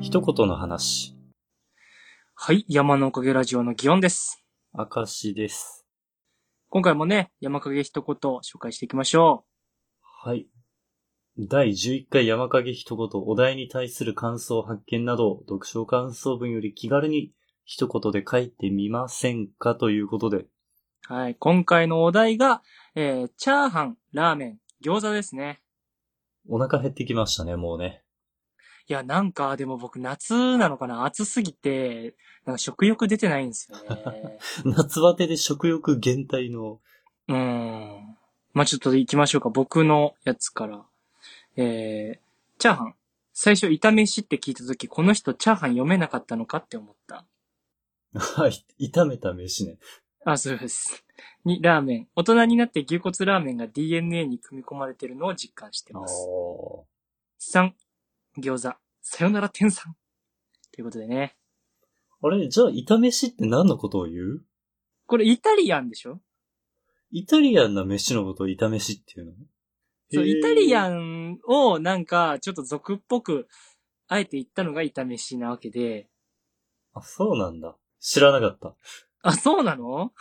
一言の話。はい、山のおかげラジオの祇園です。明石です。今回もね、山影一言紹介していきましょはい。第11回山影一言、お題に対する感想、発見など、読書感想文より気軽に一言で書いてみませんかということで。う。はい、今回のお題が、えー、チャーハン、ラーメン、餃子ですね。お腹減ってきましたね、もうね。 いや、なんか、でも僕夏なのかな暑すぎて、なんか食欲出てないんですよね。夏バテで食欲減退の、 うーん。まあ、ちょっと行きましょうか。僕のやつから。えー、チャーハン。最初、炒めしって聞いたとき、この人チャーハン読めなかったのかって思った。はい、炒めた飯ね。あ、そうです。 に、ラーメン。大人になって牛骨ラーメンが DNA に組み込まれてるのを実感してます。お3、餃子。さよなら天さん。ということでね。ーあれ、じゃあ炒め飯って何のことを言うこれイタリアンでしょイタリアンな飯のことを炒め飯っていうのそう、イタリアン。ンをなんか、ちょっと俗っぽく、あえて言ったのが炒めしなわけで。あ、そうなんだ。知らなかった。あ、そうなの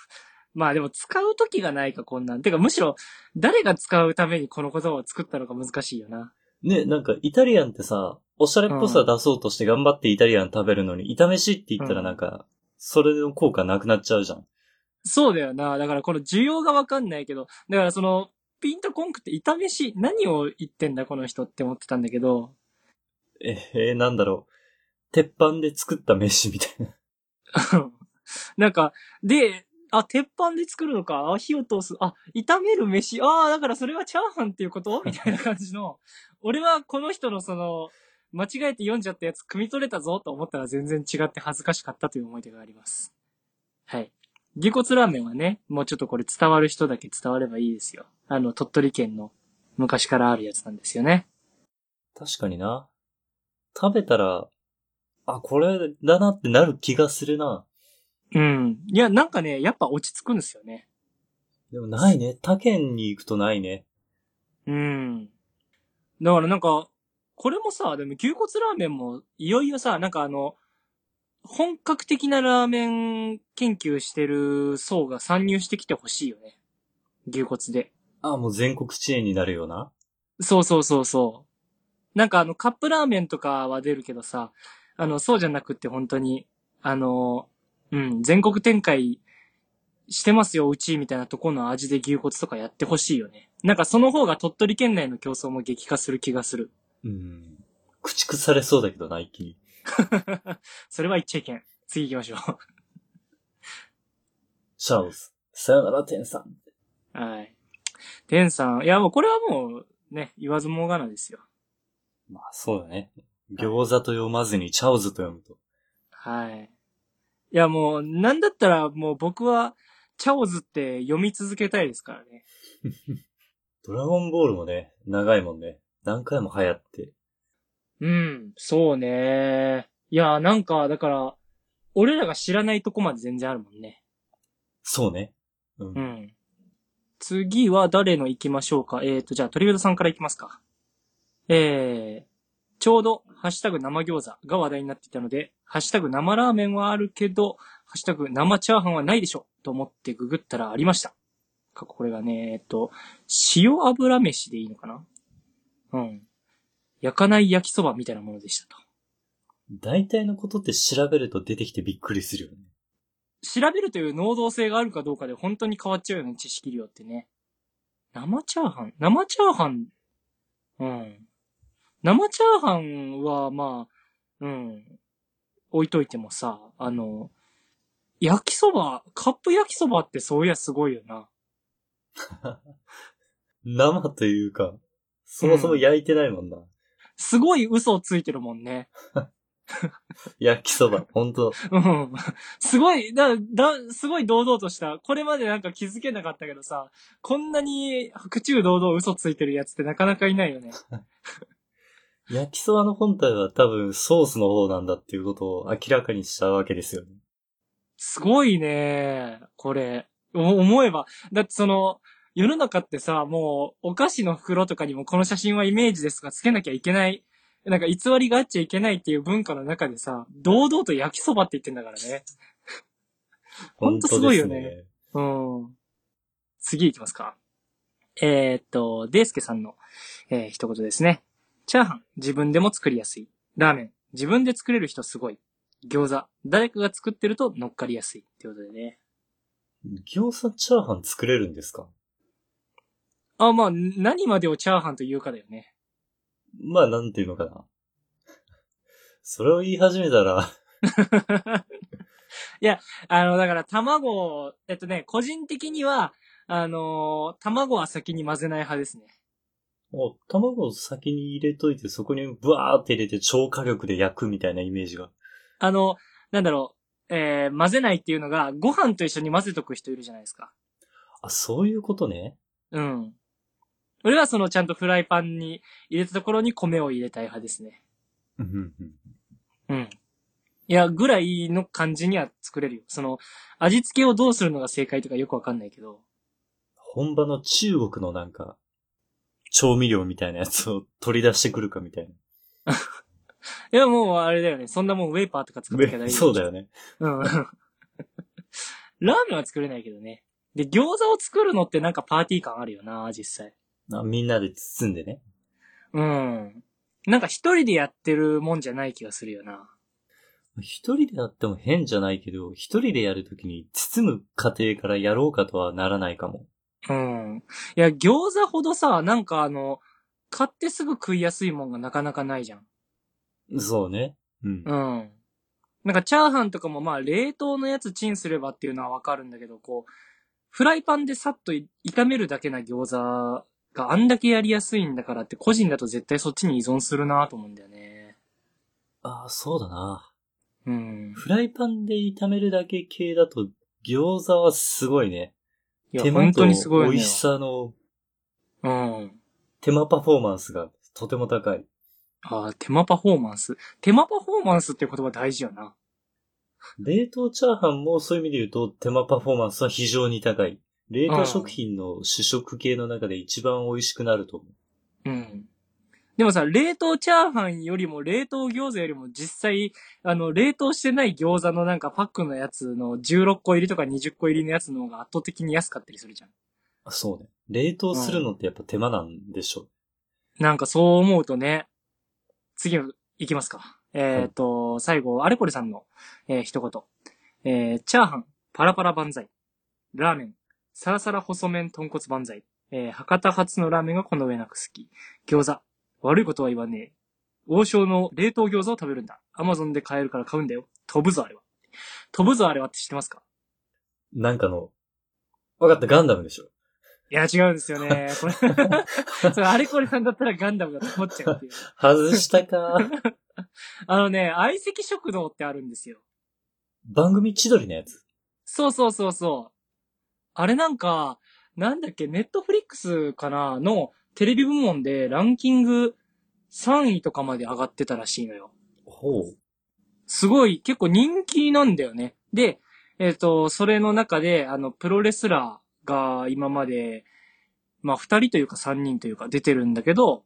まあでも使う時がないか、こんなん。てかむしろ、誰が使うためにこの言葉を作ったのか難しいよな。ね、なんかイタリアンってさ、おしゃれっぽさ出そうとして頑張ってイタリアン食べるのに、炒めしって言ったらなんか、それの効果なくなっちゃうじゃん。そうだよな。だからこの需要がわかんないけど、だからその、ピンとコンクって炒めし、何を言ってんだこの人って思ってたんだけど、え、えーなんだろう。鉄板で作った飯みたいな。 なんか、で、あ、鉄板で作るのか、あ火を通す、あ、炒める飯、ああ、だからそれはチャーハンっていうことみたいな感じの、俺はこの人のその、間違えて読んじゃったやつ、汲み取れたぞと思ったら全然違って恥ずかしかったという思い出があります。はい。牛骨ラーメンはね、もうちょっとこれ伝わる人だけ伝わればいいですよ。あの、鳥取県の昔からあるやつなんですよね。確かにな。食べたら、あ、これだなってなる気がするな。うん。いや、なんかね、やっぱ落ち着くんですよね。でもないね。他県に行くとないね。うん。だからなんか、これもさ、でも牛骨ラーメンも、いよいよさ、なんかあの、本格的なラーメン研究してる層が参入してきてほしいよね。牛骨で。あ、もう全国チェーンになるような。そうそうそうそう。なんかあの、カップラーメンとかは出るけどさ、あの、そうじゃなくって本当に、あの、うん、全国展開してますよ、うち、みたいなところの味で牛骨とかやってほしいよね。なんかその方が鳥取県内の競争も激化する気がする。うん。駆逐されそうだけどな、一気に。 それは言っちゃいけん。次行きましょシャオス。さよなら、天さん。う。 はい。天さん。いや、もうこれはもう、ね、言わずもがなですよ。まあ、そうだね。餃子と読まずに、チャオズと読むと。はい。いや、もう、なんだったら、もう僕は、チャオズって読み続けたいですからね。ドラゴンボールもね、長いもんね。何回も流行って。うん、そうね。いや、なんか、だから、俺らが知らないとこまで全然あるもんね。そうね。うん。うん。次は誰の行きましょうかえーと、じゃあ、トリビュードさんから行きますか。えー、ちょうど、ハッシュタグ生餃子が話題になっていたので、ハッシュタグ生ラーメンはあるけど、ハッシュタグ生チャーハンはないでしょと思ってググったらありました。過去これがね、えーと、塩油飯でいいのかなうん。焼かない焼きそばみたいなものでしたと。大体のことって調べると出てきてびっくりするよね。 調べるという能動性があるかどうかで本当に変わっちゃうよね、知識量ってね。生チャーハン生チャーハン、うん。生チャーハンは、まあ、うん。置いといてもさ、あの、焼きそば、カップ焼きそばってそういやすごいよな。生というか、そもそも焼いてないもんな。すごい嘘をついてるもんね。焼きそば、ほんと。うん。すごい、だ、だ、すごい堂々とした。これまでなんか気づけなかったけどさ、こんなに白昼堂々嘘ついてるやつってなかなかいないよね。焼きそばの本体は多分ソースの方なんだっていうことを明らかにしたわけですよね。すごいねこれ。お思えば。だってその、世の中ってさ、もう、お菓子の袋とかにもこの写真はイメージですが、つけなきゃいけない、なんか偽りがあっちゃいけないっていう文化の中でさ、堂々と焼きそばって言ってんだからね。ほんとすごいよね本当です。うん。次行きますか。えーっと、デイスケさんの、えー一言ですね。チャーハン、自分でも作りやすい。ラーメン、自分で作れる人すごい。餃子、誰かが作ってると乗っかりやすい。ってことでね。餃子チャーハン作れるんですかあ、まあ、何までをチャーハンと言うかだよね。 まあ、なんていうのかな。それを言い始めたら、あの、だから卵を、えっとね、個人的には、あのー卵は先に混ぜない派ですね。もう卵を先に入れといて、そこにブワーって入れて超火力で焼くみたいなイメージが。あの、なんだろう、えー混ぜないっていうのが、ご飯と一緒に混ぜとく人いるじゃないですか。あ、そういうことね。うん。俺はそのちゃんとフライパンに入れたところに米を入れたい派ですね。うんうんうんうん。いや、ぐらいの感じには作れるよ。その、味付けをどうするのが正解とかよくわかんないけど。本場の中国のなんか、調味料みたいなやつを取り出してくるかみたいいや、もうあれだよね。そんなもんウェーパーとか作っときゃな。大丈そう夫。だよね。うん。 ラーメンは作れないけどね。で、餃子を作るのってなんかパーティー感あるよな、実際。あみんなで包んでね。うん。なんか一人でやってるもんじゃない気がするよな。一人でやっても変じゃないけど、一人でやるときに包む過程からやろうかとはならないかも。うん。いや、餃子ほどさ、なんかあの、買ってすぐ食いやすいもんがなかなかないじゃん。そうね。うん。うん。なんかチャーハンとかもまあ冷凍のやつチンすればっていうのはわかるんだけど、こう、フライパンでさっとい炒めるだけな餃子があんだけやりやすいんだからって個人だと絶対そっちに依存するなと思うんだよね。ああ、そうだな。うん。フライパンで炒めるだけ系だと、餃子はすごいね。いや、手間本と当美にすごいよね味しさのうん。手間パフォーマンスがとても高い。ああ、手間パフォーマンス。手間パフォーマンスっていう言葉大事よな。冷凍チャーハンもそういう意味で言うと手間パフォーマンスは非常に高い。冷凍食品の主食系の中で一番美味しくなると思う。うん。でもさ、冷凍チャーハンよりも冷凍餃子よりも実際、あの、冷凍してない餃子のなんかパックのやつの16個入りとか20個入りのやつの方が圧倒的に安かったりするじゃん。あそうね。冷凍するのってやっぱ手間なんでしょ。なんかそう思うとね、次行きますか。えっ、と、最後、あれこれさんの、えー一言。えーチャーハン、パラパラ万歳。ラーメン、サラサラ細麺豚骨万歳。えー博多発のラーメンがこの上なく好き。餃子、悪いことは言わねえ。王将の冷凍餃子を食べるんだ。アマゾンで買えるから買うんだよ。飛ぶぞあれは。飛ぶぞあれはって知ってますかなんかの、わかった、ガンダムでしょ。いや、違うんですよね。これそれ、 あれこれさんだったらガンダムだと思っちゃうっていう。外した か。あのね、相席食堂ってあるんですよ。番組千鳥のやつ。そうそうそうそう。あれなんか、なんだっけ、ネットフリックスかなのテレビ部門でランキング3位とかまで上がってたらしいのよ。ほう。すごい、結構人気なんだよね。で、えっ、と、それの中で、あの、プロレスラーが今まで、まあ、二人というか三人というか出てるんだけど、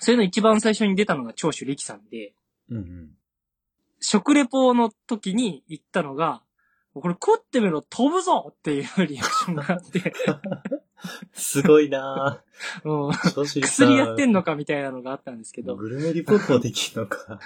それの一番最初に出たのが長州力さんで、うんうん。食レポの時に言ったのが、これ食ってみろ、飛ぶぞっていうリアクションがあって、すごいなうん ぁ。調子いいなぁ薬やってんのかみたいなのがあったんですけど。グルメリポートもできんのか。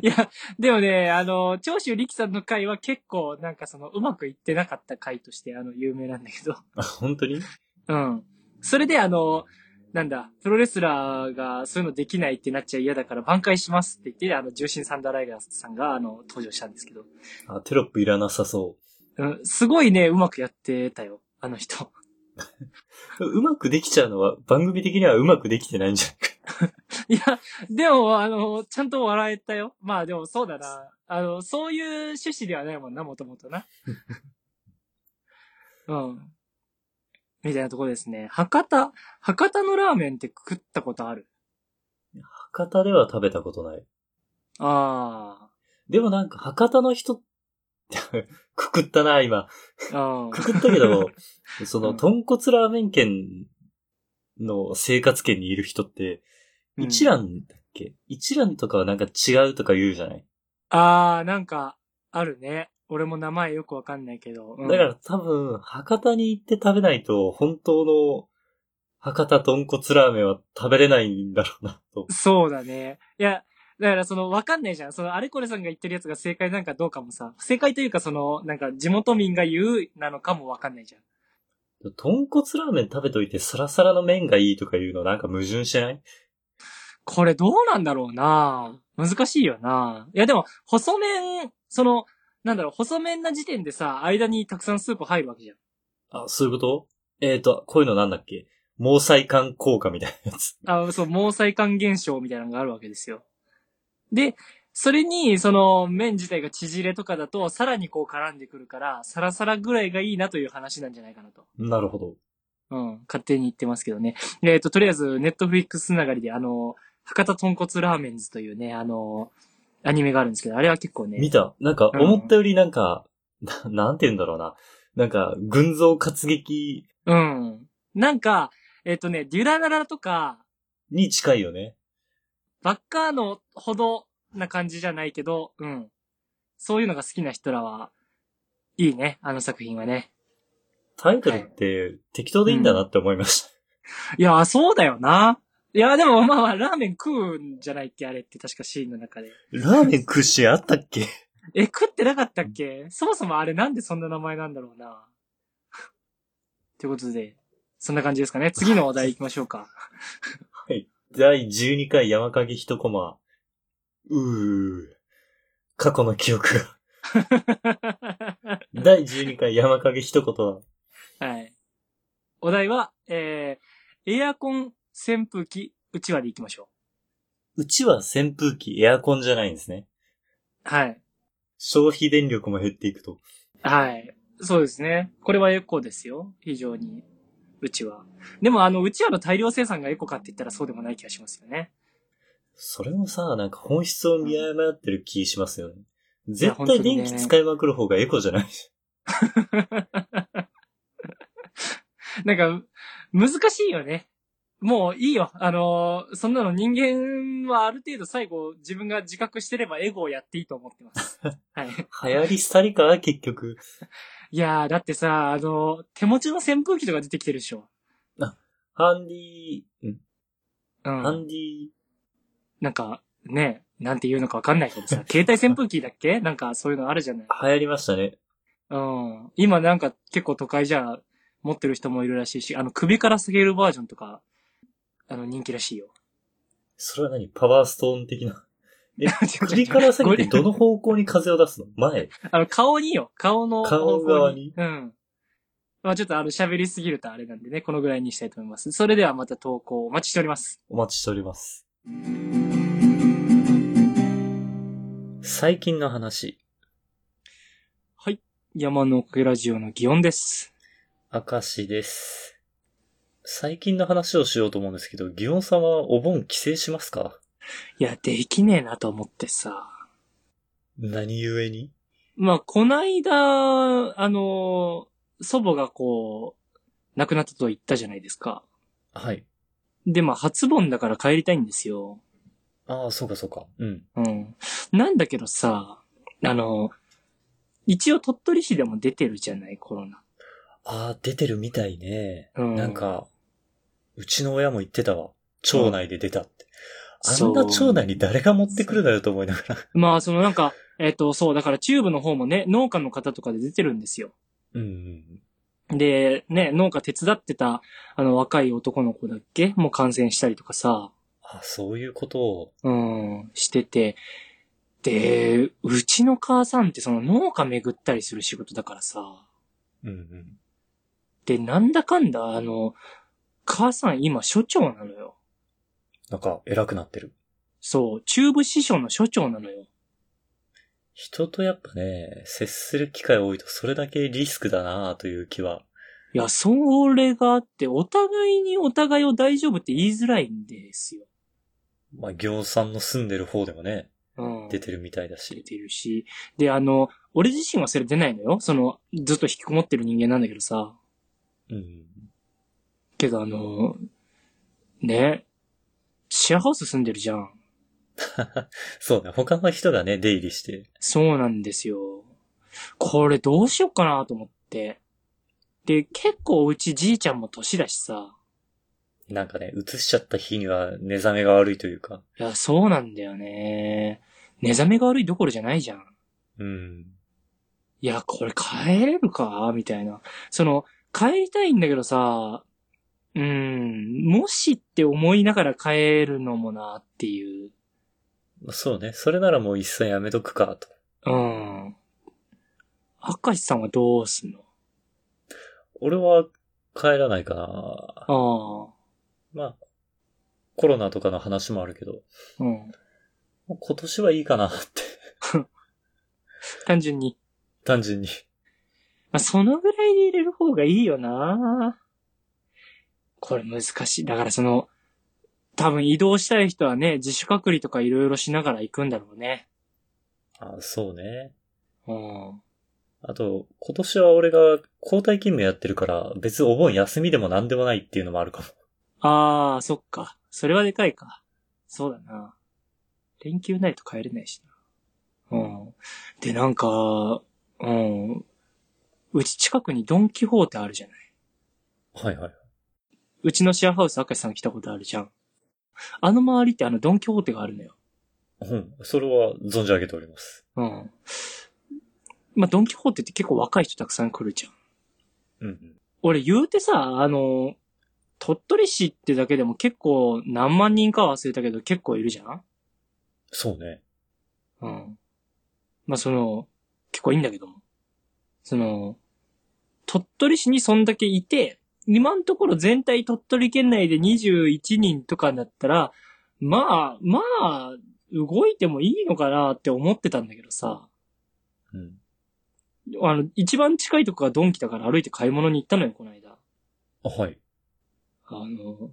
いや、でもね、あの、長州力さんの回は結構、なんかその、うまくいってなかった回として、あの、有名なんだけど。 あ、 本当にうん。それで、あの、なんだ、プロレスラーがそういうのできないってなっちゃ嫌だから挽回しますって言って、あの、重心サンダーライガーさんが、あの、登場したんですけど。あ、テロップいらなさそうん、すごいね、うまくやってたよ、あの人。う。うまくできちゃうのは、番組的にはうまくできてないんじゃないか。いや、でも、あの、ちゃんと笑えたよ。まあでもそうだな。あの、そういう趣旨ではないもんな、もとも とな。うん。みたいなとこですね。博多、博多のラーメンって食ったことある博多では食べたことない。あでもなんか博多の人、くくったな、今。あ。 うん。くくったけど、そうの、ん豚骨ラーメン圏の生活圏にいる人って、うん一蘭け一覧とかはなんか違うとか言うじゃない、あー、なんか、あるね。俺も名前よくわかんないけど。うんだから多分、博多に行って食べないと、本当の博多豚骨ラーメンは食べれないんだろうなと。そうだね。いや、だからその、わかんないじゃん。その、あれこれさんが言ってるやつが正解なんかどうかもさ、正解というかその、なんか地元民が言うなのかもわかんないじゃん。豚骨ラーメン食べといてサラサラの麺がいいとか言うのなんか矛盾しないこれどうなんだろうな難しいよないやでも、細麺、その、なんだろう、細麺な時点でさ、間にたくさんスープ入るわけじゃん。あ、そういうことえっ、と、こういうのなんだっけ毛細管効果みたいなやつ。あそう、毛細管現象みたいなのがあるわけですよ。で、それに、その、麺自体が縮れとかだと、さらにこう絡んでくるから、サラサラぐらいがいいなという話なんじゃないかなと。 なるほど。うん、勝手に言ってますけどね。えっ、と、とりあえず、ネットフリックスつながりで、あの、博多豚骨ラーメンズというね、あの、アニメがあるんですけど、あれは結構ね、見たなんか、うん思ったよりなんか、ななんて言うんだろうな。なんか、群像活劇うん。なんか、えっ、とね、デュラララとか、に近いよね。バッカーのほどな感じじゃないけど、うん。そういうのが好きな人らは、いいね、あの作品はね。タイトルって適当でいいんだなって思いました。いや、そうだよな。いや、でもまあまあ、ラーメン食うんじゃないっけ、あれって確かシーンの中で。ラーメン食うシーンあったっけえ、食ってなかったっけそもそもあれなんでそんな名前なんだろうな。ということで、そんな感じですかね。次の話題行きましょうか。第12回山影一コマ。うー。過去の記憶 が。第12回山影一言は、はい。お題は、えー、エアコン、扇風機、うちわでいきましょうちは扇風機、エアコンじゃないんですね。う。はい。消費電力も減っていくと。はい。そうですね。これはエコですよ。非常に。うちわ。でも、あの、うちわの大量生産がエコかって言ったらそうでもない気がしますよね。それもさ、なんか本質を見誤ってる気しますよね。や絶対電気使いまくる方がエコじゃない。なんか、難しいよね。もういいよ。あのーそんなの人間はある程度最後自分が自覚してればエゴをやっていいと思ってます。はい。流行り廃りか結局。いやー、だってさ、あのー手持ちの扇風機とか出てきてるでしょ。ハンディ、うん、うハん。ンディ、なんか、ね、なんて言うのかわかんないけ どさ、携帯扇風機だっけなんかそういうのあるじゃない。流行りましたね。うん。今なんか結構都会じゃ持ってる人もいるらしいし、あの首から下げるバージョンとか、あの人気らしいよ。それは何パワーストーン的な。え、首 から下げてどの方向に風を出すの前。あの、顔によ。顔の方向顔側にうん。まあちょっとあの、喋りすぎるとあれなんでね、このぐらいにしたいと思います。それではまた投稿お待ちしております。お待ちしております。最近の話、山のおかげラジオの祇園です。明石です。最近の話をしようと思うんですけど、祇園さんはお盆帰省しますかいや、できねえなと思ってさ。何故にまあ、こないだ、あの、祖母がこう、亡くなったと言ったじゃないですか。はい。で、まあ、初盆だから帰りたいんですよ。ああ、そうかそうか。うん。うん。なんだけどさ、あの、一応鳥取市でも出てるじゃない、コロナ。ああ、出てるみたいね。うんなんか、うちの親も言ってたわ。町内で出たって。あそんうな町内に誰が持ってくるだよと思いながら。まあ、そのなんか、えっ、と、そう、だから中部の方もね、農家の方とかで出てるんですよ。うんうん。で、ね、農家手伝ってた、あの、若い男の子だっけもう感染したりとかさ、あそういうことを。うん、してて。で、うちの母さんってその農家巡ったりする仕事だからさ、うんうん。で、なんだかんだ、あの、母さん今所長なのよ。なんか、偉くなってる。そう、中部支所の所長なのよ。人とやっぱね、接する機会多いとそれだけリスクだなという気は。いや、それがあって、お互いにお互いを大丈夫って言いづらいんですよ。まあ、行さんの住んでる方でもね、うん。出てるみたいだ出し。てるし。で、あの、俺自身はそれ出ないのよ。その、ずっと引きこもってる人間なんだけどさ。うんうん。けどあの、ね、シェアハウス住んでるじゃん。そうね。他の人がね、出入りして。そうなんですよ。これどうしよっかなと思って。で、結構うちじいちゃんも年だしさ。なんかね、映しちゃった日には寝覚めが悪いというか。いや、そうなんだよね。目覚めが悪いどころじゃないじゃん。うん。いや、これ帰れるかみたいな。その、帰りたいんだけどさ、うーん、もしって思いながら帰るのもなっていう。そうね。それならもう一切やめとくか、と。うん。明石さんはどうすんの俺は帰らないかな。あまあ、コロナとかの話もあるけど、あ、うん。もう今年はいいかなって、単純に。単純に。まあ、そのぐらいで入れる方がいいよなこれ難しい。だからその、多分移動したい人はね、自主隔離とかいろいろしながら行くんだろうね。あそうね。うん。あと、今年は俺が交代勤務やってるから、別にお盆休みでも何でもないっていうのもあるかも。ああ、そっか。それはでかいか。そうだな。連休ないと帰れないしな。うん。で、なんか、うん。うち近くにドンキホーテあるじゃない。はいはい。うちのシェアハウス赤石さん来たことあるじゃん。あの周りってあのドンキホーテがあるのよ。うん。それは存じ上げております。うん。まあ、ドンキホーテって結構若い人たくさん来るじゃん。うん。俺言うてさ、あの、鳥取市ってだけでも結構何万人かは忘れたけど結構いるじゃんそうね。うん。まあ、その、結構いいんだけども。その、鳥取市にそんだけいて、今のところ全体鳥取県内で21人とかだったら、まあ、まあ、動いてもいいのかなって思ってたんだけどさ。うん。あの、一番近いとこがドンキだから歩いて買い物に行ったのよ、この間。あ、はい。あの、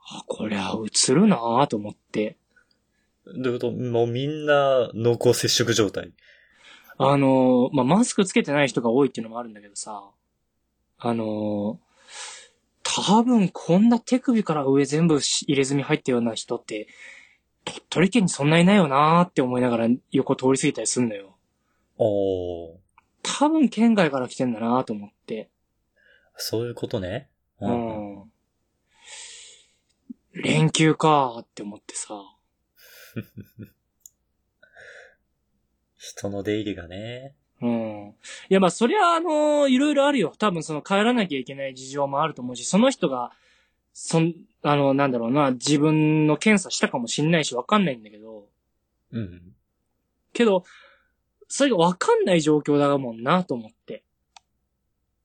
あ、こりゃ映るなぁと思って。どういうこともうみんな濃厚接触状態。あの、まあ、マスクつけてない人が多いっていうのもあるんだけどさ、あの、多分こんな手首から上全部し入れ墨入ったような人って、鳥取県にそんないないよなーって思いながら横通り過ぎたりすんのよ。あー。多分県外から来てんだなーと思って。そういうことね。う。ん。連休かーって思ってさ。人の出入りがね。うん。いや、まあ、そりゃ、あのーいろいろあるよ。多分、その、帰らなきゃいけない事情もあると思うし、その人が、そん、あの、なんだろうな、自分の検査したかもしんないし、わかんないんだけど、うん。けど、それがわかんない状況だもんな、と思って。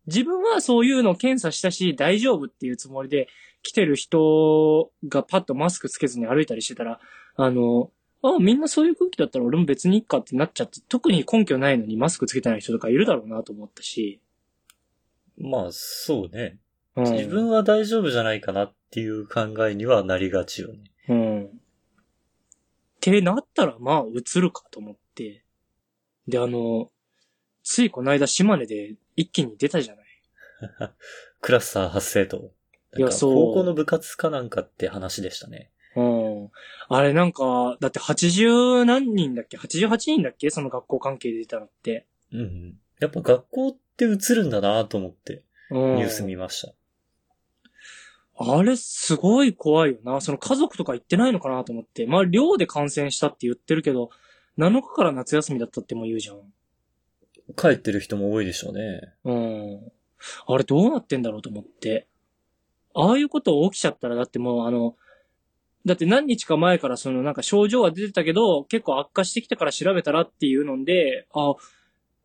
自分はそういうの検査したし、大丈夫っていうつもりで、来てる人がパッとマスクつけずに歩いたりしてたら、あの、あみんなそういう空気だったら俺も別にいっかってなっちゃって、特に根拠ないのにマスクつけてない人とかいるだろうなと思ったし。まあ、そうね。うん自分は大丈夫じゃないかなっていう考えにはなりがちよね。うん。ってなったら、まあ、映るかと思って。で、あの、ついこの間島根で一気に出たじゃない。クラスター発生と。いやなんかそう高校の部活かなんかって話でしたね。うん。あれなんか、だって80何人だっけ ?88 人だっけその学校関係で出たのって。うんうん。やっぱ学校って映るんだなと思ってうん。ニュース見ました。あれすごい怖いよな。その家族とか行ってないのかなと思って。まあ、寮で感染したって言ってるけど、7日から夏休みだったっても言うじゃん。帰ってる人も多いでしょうね。うん。あれどうなってんだろうと思って。ああいうこと起きちゃったら、だってもうあの、だって何日か前からそのなんか症状は出てたけど、結構悪化してきたから調べたらっていうので、あ、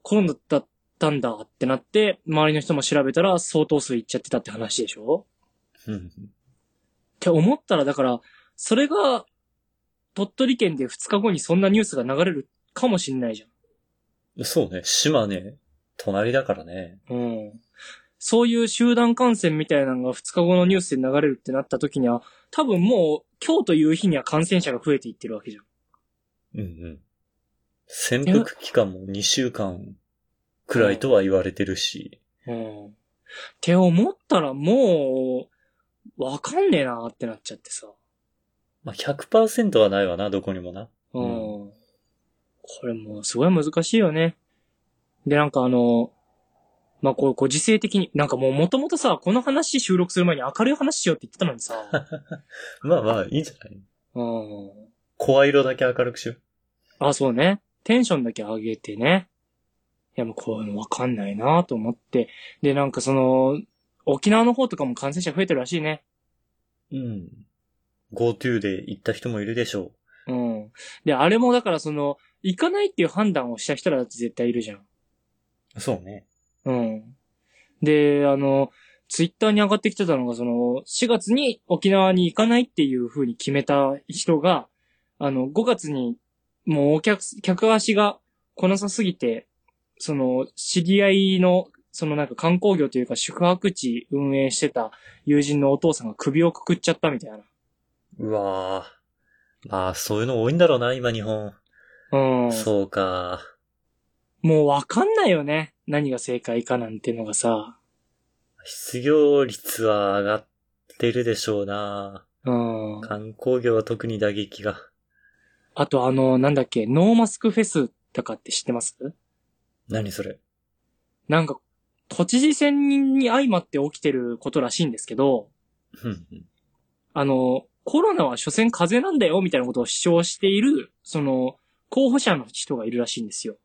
コロナだったんだってなって、周りの人も調べたら相当数いっちゃってたって話でしょうんうん。って思ったら、だから、それが、鳥取県で2日後にそんなニュースが流れるかもしんないじゃん。そうね。島ね。隣だからね。うん。そういう集団感染みたいなのが2日後のニュースで流れるってなった時には、多分もう今日という日には感染者が増えていってるわけじゃん。うんうん。潜伏期間も2週間くらいとは言われてるし。うん。って思ったらもう、わかんねえなってなっちゃってさ。まあ、100%はないわな、どこにもな。うんうん。これもうすごい難しいよね。で、なんかあの、まあ、こう、ご時世的に、なんかもう元々さ、この話収録する前に明るい話しようって言ってたのにさ。まあまあ、いいんじゃないうん。声色だけ明るくしよあ、そうね。テンションだけ上げてね。いや、もうこういうのわかんないなと思って。で、なんかその、沖縄の方とかも感染者増えてるらしいね。う。うん。GoTo で行った人もいるでしょうん。で、あれもだからその、行かないっていう判断をした人らだって絶対いるじゃん。う。そうね。うん。で、あの、ツイッターに上がってきてたのが、その、4月に沖縄に行かないっていう風に決めた人が、あの、5月に、もうお客、客足が来なさすぎて、その、知り合いの、そのなんか観光業というか宿泊地運営してた友人のお父さんが首をくくっちゃったみたいな。うわぁ。まあ、そういうの多いんだろうな、今日本。うん。そうか。もうわかんないよね。何が正解かなんてのがさ。失業率は上がってるでしょうな。うん。観光業は特に打撃が。あとあの、なんだっけ、ノーマスクフェスとかって知ってます何それ。なんか、都知事選に相まって起きてることらしいんですけど、うんあの、コロナは所詮風邪なんだよ、みたいなことを主張している、その、候補者の人がいるらしいんですよ。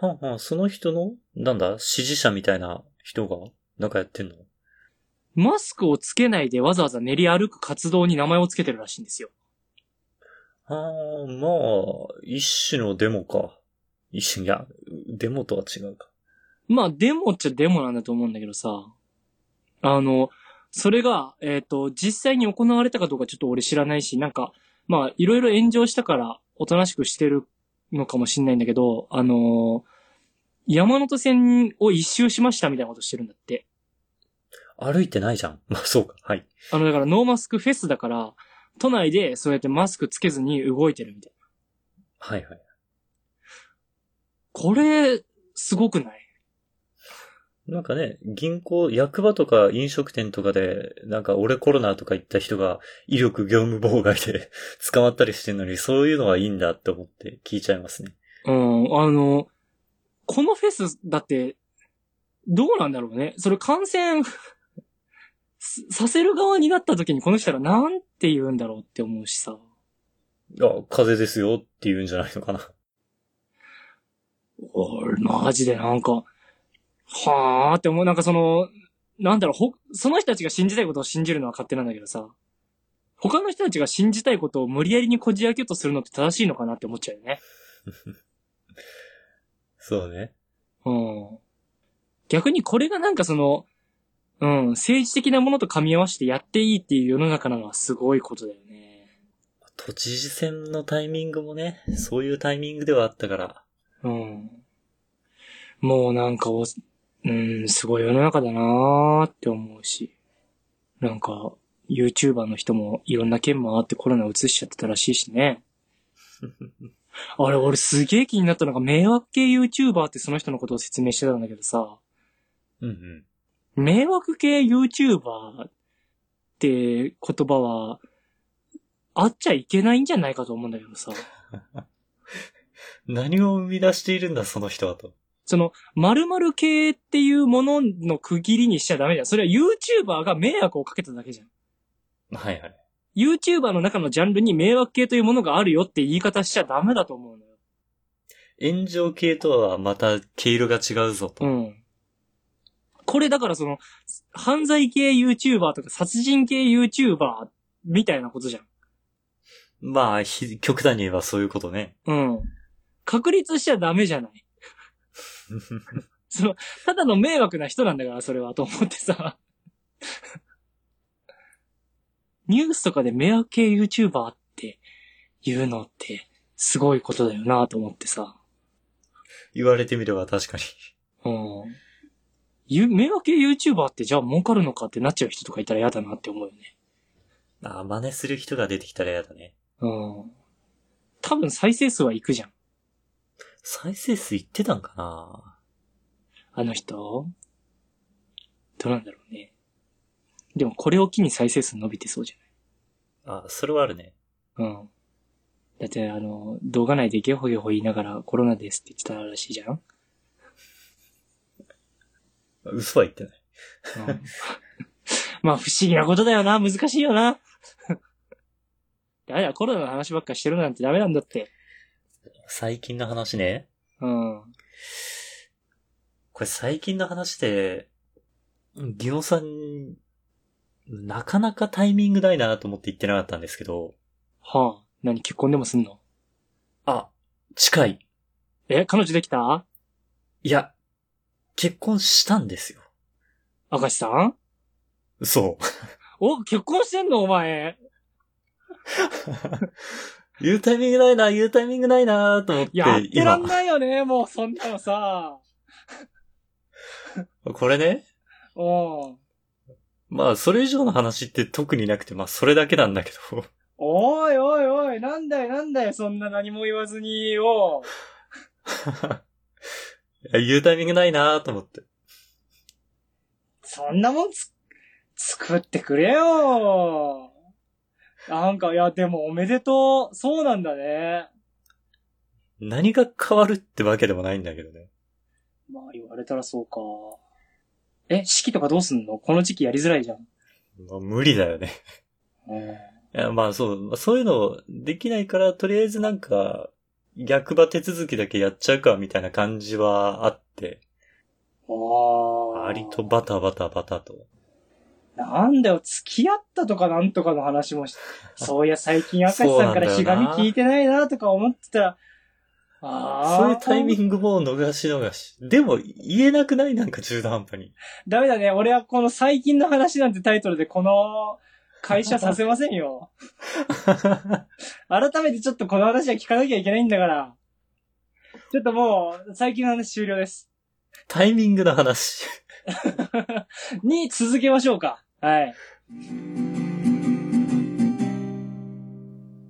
はんはん、その人の、なんだ、支持者みたいな人が、なんかやってんのマスクをつけないでわざわざ練り歩く活動に名前をつけてるらしいんですよ。ああ、まあ、一種のデモか。一種、いや、デモとは違うか。まあ、デモっちゃデモなんだと思うんだけどさ、あの、それが、えっ、と、実際に行われたかどうかちょっと俺知らないし、なんか、まあ、いろいろ炎上したから、おとなしくしてるのかもしんないんだけど、あのー山手線を一周しましたみたいなことしてるんだって。歩いてないじゃん。 まあ、そうか。はい。あの、だからノーマスクフェスだから、都内でそうやってマスクつけずに動いてるみたいな。はいはい。これ、すごくないなんかね、銀行、役場とか飲食店とかで、なんか俺コロナとか言った人が、威力業務妨害で 捕まったりしてんのに、そういうのはいいんだって思って聞いちゃいますね。うん、あの、このフェスだって、どうなんだろうね。それ感染 すさせる側になった時にこの人らなんて言うんだろうって思うしさ。あ、風邪ですよって言うんじゃないのかな。 俺、マジでなんか、はーって思う。なんかその、なんだろう、ほ、その人たちが信じたいことを信じるのは勝手なんだけどさ。他の人たちが信じたいことを無理やりにこじ開けようとするのって正しいのかなって思っちゃうよね。そうね。うん。逆にこれがなんかその、うん、政治的なものと噛み合わせてやっていいっていう世の中なのはすごいことだよね。都知事選のタイミングもね、そういうタイミングではあったから、うん。もうなんかお、うん、すごい世の中だなーって思うし。なんか、YouTuber の人もいろんな県回ってコロナ移しちゃってたらしいしね。あれ、俺すげえ気になったのが迷惑系 YouTuber ってその人のことを説明してたんだけどさ。うんうん。迷惑系 YouTuber って言葉は、あっちゃいけないんじゃないかと思うんだけどさ。何を生み出しているんだ、その人はと。その、〇〇系っていうものの区切りにしちゃダメじゃん。それは YouTuber が迷惑をかけただけじゃん。はいはい。 YouTuber の中のジャンルに迷惑系というものがあるよって言い方しちゃダメだと思うのよ。炎上系とはまた毛色が違うぞと。うん。これだからその、犯罪系 YouTuber とか殺人系 YouTuber みたいなことじゃん。まあ、ひ極端に言えばそういうことね。うん。確立しちゃダメじゃない。その、ただの迷惑な人なんだから、それは、と思ってさ。ニュースとかで迷惑系 YouTuber って言うのって、すごいことだよなと思ってさ。言われてみれば確かに。うん。ゆ迷惑系 YouTuber ってじゃあ儲かるのかってなっちゃう人とかいたら嫌だなって思うよね。あ真似する人が出てきたら嫌だね。うん。多分再生数はいくじゃん。再生数いってたんかなあの人。どうなんだろうね。でもこれを機に再生数伸びてそうじゃないあ、それはあるね。うん。だって、あの、動画内でゲホゲホ言いながらコロナですって言ってたらしいじゃん、嘘は言ってない。うん、 まあ、不思議なことだよな。難しいよな。 ダメだ、コロナの話ばっかしてるなんてダメなんだって。最近の話ね。うん。これ最近の話で、ギノさん、なかなかタイミングないなと思って言ってなかったんですけど、はあ、何、結婚でもすんのあ、近い。え、彼女できたいや、結婚したんですよ。明石さんそう。お、結婚してんのお前。 言うタイミングないな、言うタイミングないなと思って、やってらん今、ないよね、もう、そんなのさ。これね、おまあ、それ以上の話って特になくて、まあ、それだけなんだけど。おいおいおい、なんだよなんだよ、そんな何も言わずに、おういや言うタイミングないなと思って。そんなもんつ、作ってくれよ。なんか、いや、でもおめでとう。そうなんだね。何が変わるってわけでもないんだけどね。まあ、言われたらそうか。え、式とかどうすんのこの時期やりづらいじゃん。まあ、無理だよね。うんいや、まあそう、まあそういうのできないから、とりあえずなんか、逆場手続きだけやっちゃうか、みたいな感じはあって、ああ。割とバタバタバタと。なんだよ、付き合ったとかなんとかの話もし、そういや最近明石さそうなんんかだよならひがみ聞いてないなとか思ってたら、ああ。そういうタイミグ。ングも逃し逃し。でも、言えなくないなんか中途半端に。ダメだね、俺はこの最近の話なんてタイトルでこの会社させませんよ。改めてちょっとこの話は聞かなきゃいけないんだから。ちょっともう、最近の話終了です。 タイミングの話。に続けましょうか。はい。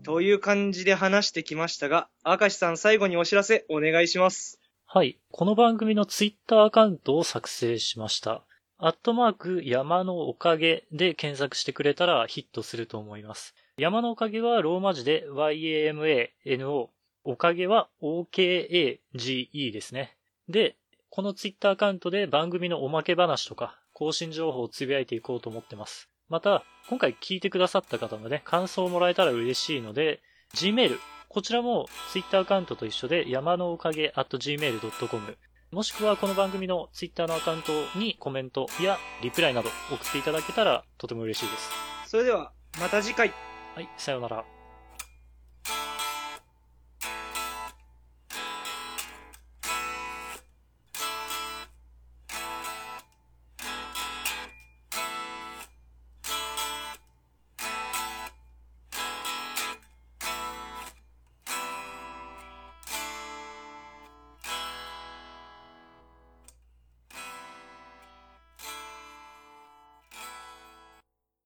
という感じで話してきましたが、明石さん最後にお知らせお願いします。はい。この番組のツイッターアカウントを作成しました。アットマーク山のおかげで検索してくれたらヒットすると思います。山のおかげはローマ字で YAMANO。おかげは OKAGE ですね。で、このツイッターアカウントで番組のおまけ話とか更新情報をつぶやいていこうと思ってます。また、今回聞いてくださった方のね、感想をもらえたら嬉しいので、Gmail、こちらも Twitter アカウントと一緒で山のおかげ at gmail.com もしくはこの番組の Twitter のアカウントにコメントやリプライなど送っていただけたらとても嬉しいです。それでは、また次回。はい、さようなら。